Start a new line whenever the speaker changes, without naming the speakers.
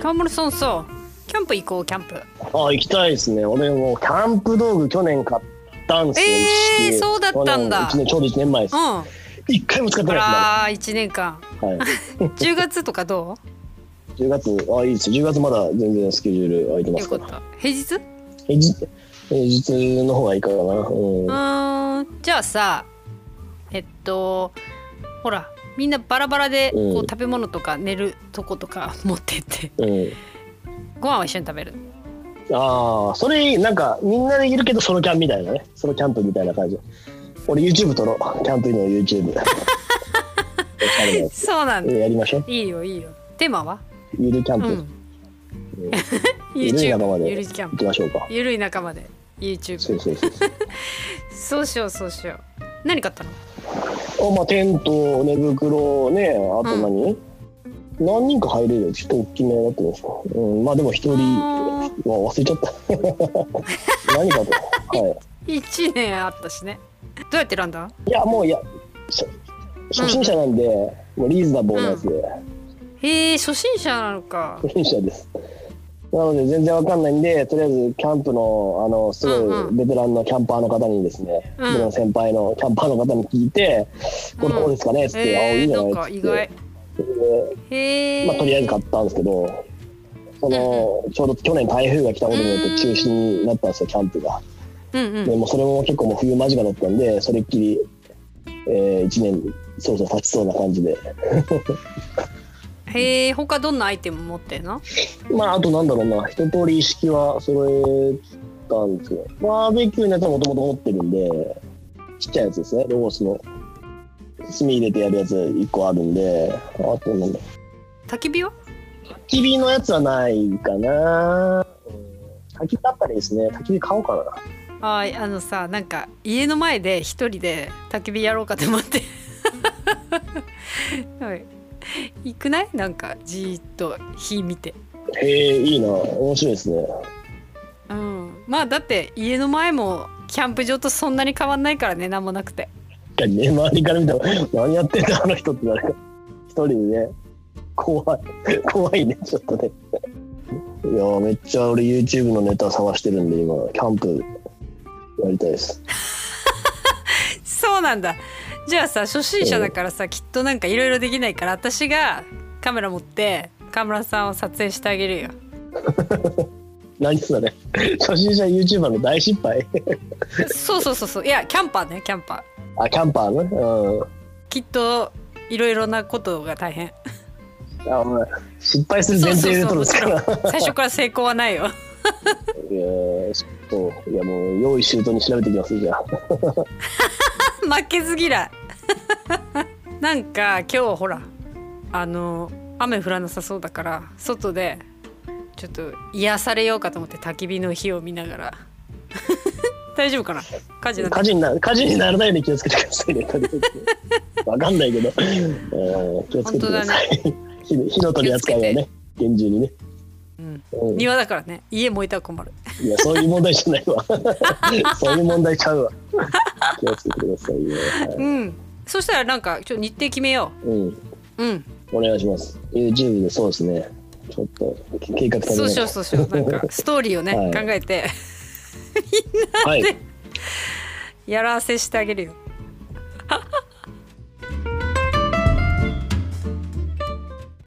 川村さんさキャンプ行こうキャンプ
あ、行きたいですね。俺もキャンプ道具去年買ったんすよ。
えー
一式
そうだったんだ
去年一年ちょうど1年前です
うん。あ
一回も使ってないです
ら1年 間
まだ。はい。
10月とかど
10月、あ、いいです。10月まだ全然スケジュール空いて
う
ま
よ
す
か
か
っ
ら。
た平日う
平日平日の方がいいかな。うん。
ーんじゃあさえっとほらみんなバラバラで
うん
こう食べ物とか寝るとことか 持ってって
うん。
ご飯は一緒に食べる
ああ、それいいなんかみんなでいるけどソロキャンみたいなね。ソロキャンプみたいな感じ。俺 YouTube 撮ろう。キャンプの YouTube。あれね
そうなんだ
やりましょう。
いいよいいよテーマは
ゆるキャン
う
プ、
ん
うんゆるい仲間
YouTube
で
ゆるキャン
行
プ
きましょうか。
ゆるい仲間で YouTube
そうそうそう。
そうしようそうしよう何買ったの
あまあ、テント、寝袋ね、あと何、何人か入れるよ。ちょっと大きめだったんですか。うん、まあでも一人、
あ
うわ忘れちゃ った。何かと。はい。
1年あったしねどうやって選んだ
いや、もういや、初初心者なんで、もうリーズナブルなやつで、
へえ初心者なのか
初心者です。なので全然わかんないんで、とりあえずキャンプの、あの、す
うん
ご
う
いベテランのキャンパーの方にですね、
うん
ベテランの先輩のキャンパーの方に聞いて、これどうですかねっつって、ああ、い
え
い
ー、
んじゃ
な
なんい
か
っつ
意
って
外。
で
へえ、
まあ、とりあえず買ったんですけど、そのちょうど去年台風が来たことによって中止になったんですよ、キャンプが。
うんうん
でもうそれも結構もう冬間近だったんで、それっきり、え1年、そうそう、経ちそうな感じで。
へえ他どんなアイテム持ってんの
まあ、あとなんだろうな、一通り意識は揃えたんですけど、バーベキューのやつはもともと持ってるんで、ちっちゃいやつですね、ロースの。炭入れてやるやつ1個あるんで、あとなんだ
焚き火は
焚き火のやつはないかな。うん焚き火あったらいいですね。焚き火買おうかな。
あーあのさなんか家の前で一人で焚き火やろうかと思って はい行くないなんかじーっと火見て
へえ、いいな。面白いですね。
うんまあだって家の前もキャンプ場とそんなに変わんないからね何もなくて
確かにね、周りから見たら、何やってんだ、あの人ってなるから。一人でね、怖い。怖いね、ちょっとね。いやーめっちゃ俺 YouTube のネタ探してるんで、今、キャンプやりたいです。
そうなんだじゃあさ初心者だからさきっとなんかいろいろできないから私がカメラ持って川村さんを撮影してあげるよ
何それ。初心者 YouTuber の大失敗。
そうそうそうそういやキャンパーねキャンパー
あ、キャンパーね。うん。
きっといろいろなことが大変
あお前失敗する前提で撮るんですから。
最初から成功はないよ
いやーちょっと、いやもう、用意周到に調べてきます、じゃあ。
負けず嫌い なんか今日ほらあの雨降らなさそうだから外でちょっと癒されようかと思って焚き火の火を見ながら 大丈夫かな火事なん
火事にな火事にならないように気をつけてくださいね。 わかんないけど、えー気をつけてください。火の火の取り扱いはね、厳重にね。
うん
うん
庭だからね家燃えたら困る
いや、そういう問題じゃな いわ。そういう問題ちゃうわ。気をつけてくださいね。はい
うんそしたらなんかちょっと日程決めよ
うん、
ううん
お願いします。YouTube でそうですね。ちょっと計画立て
そ
な
う
い
しようそうしようなんかストーリーをね、
はい
考えて
はい。
やらせしてあげるよ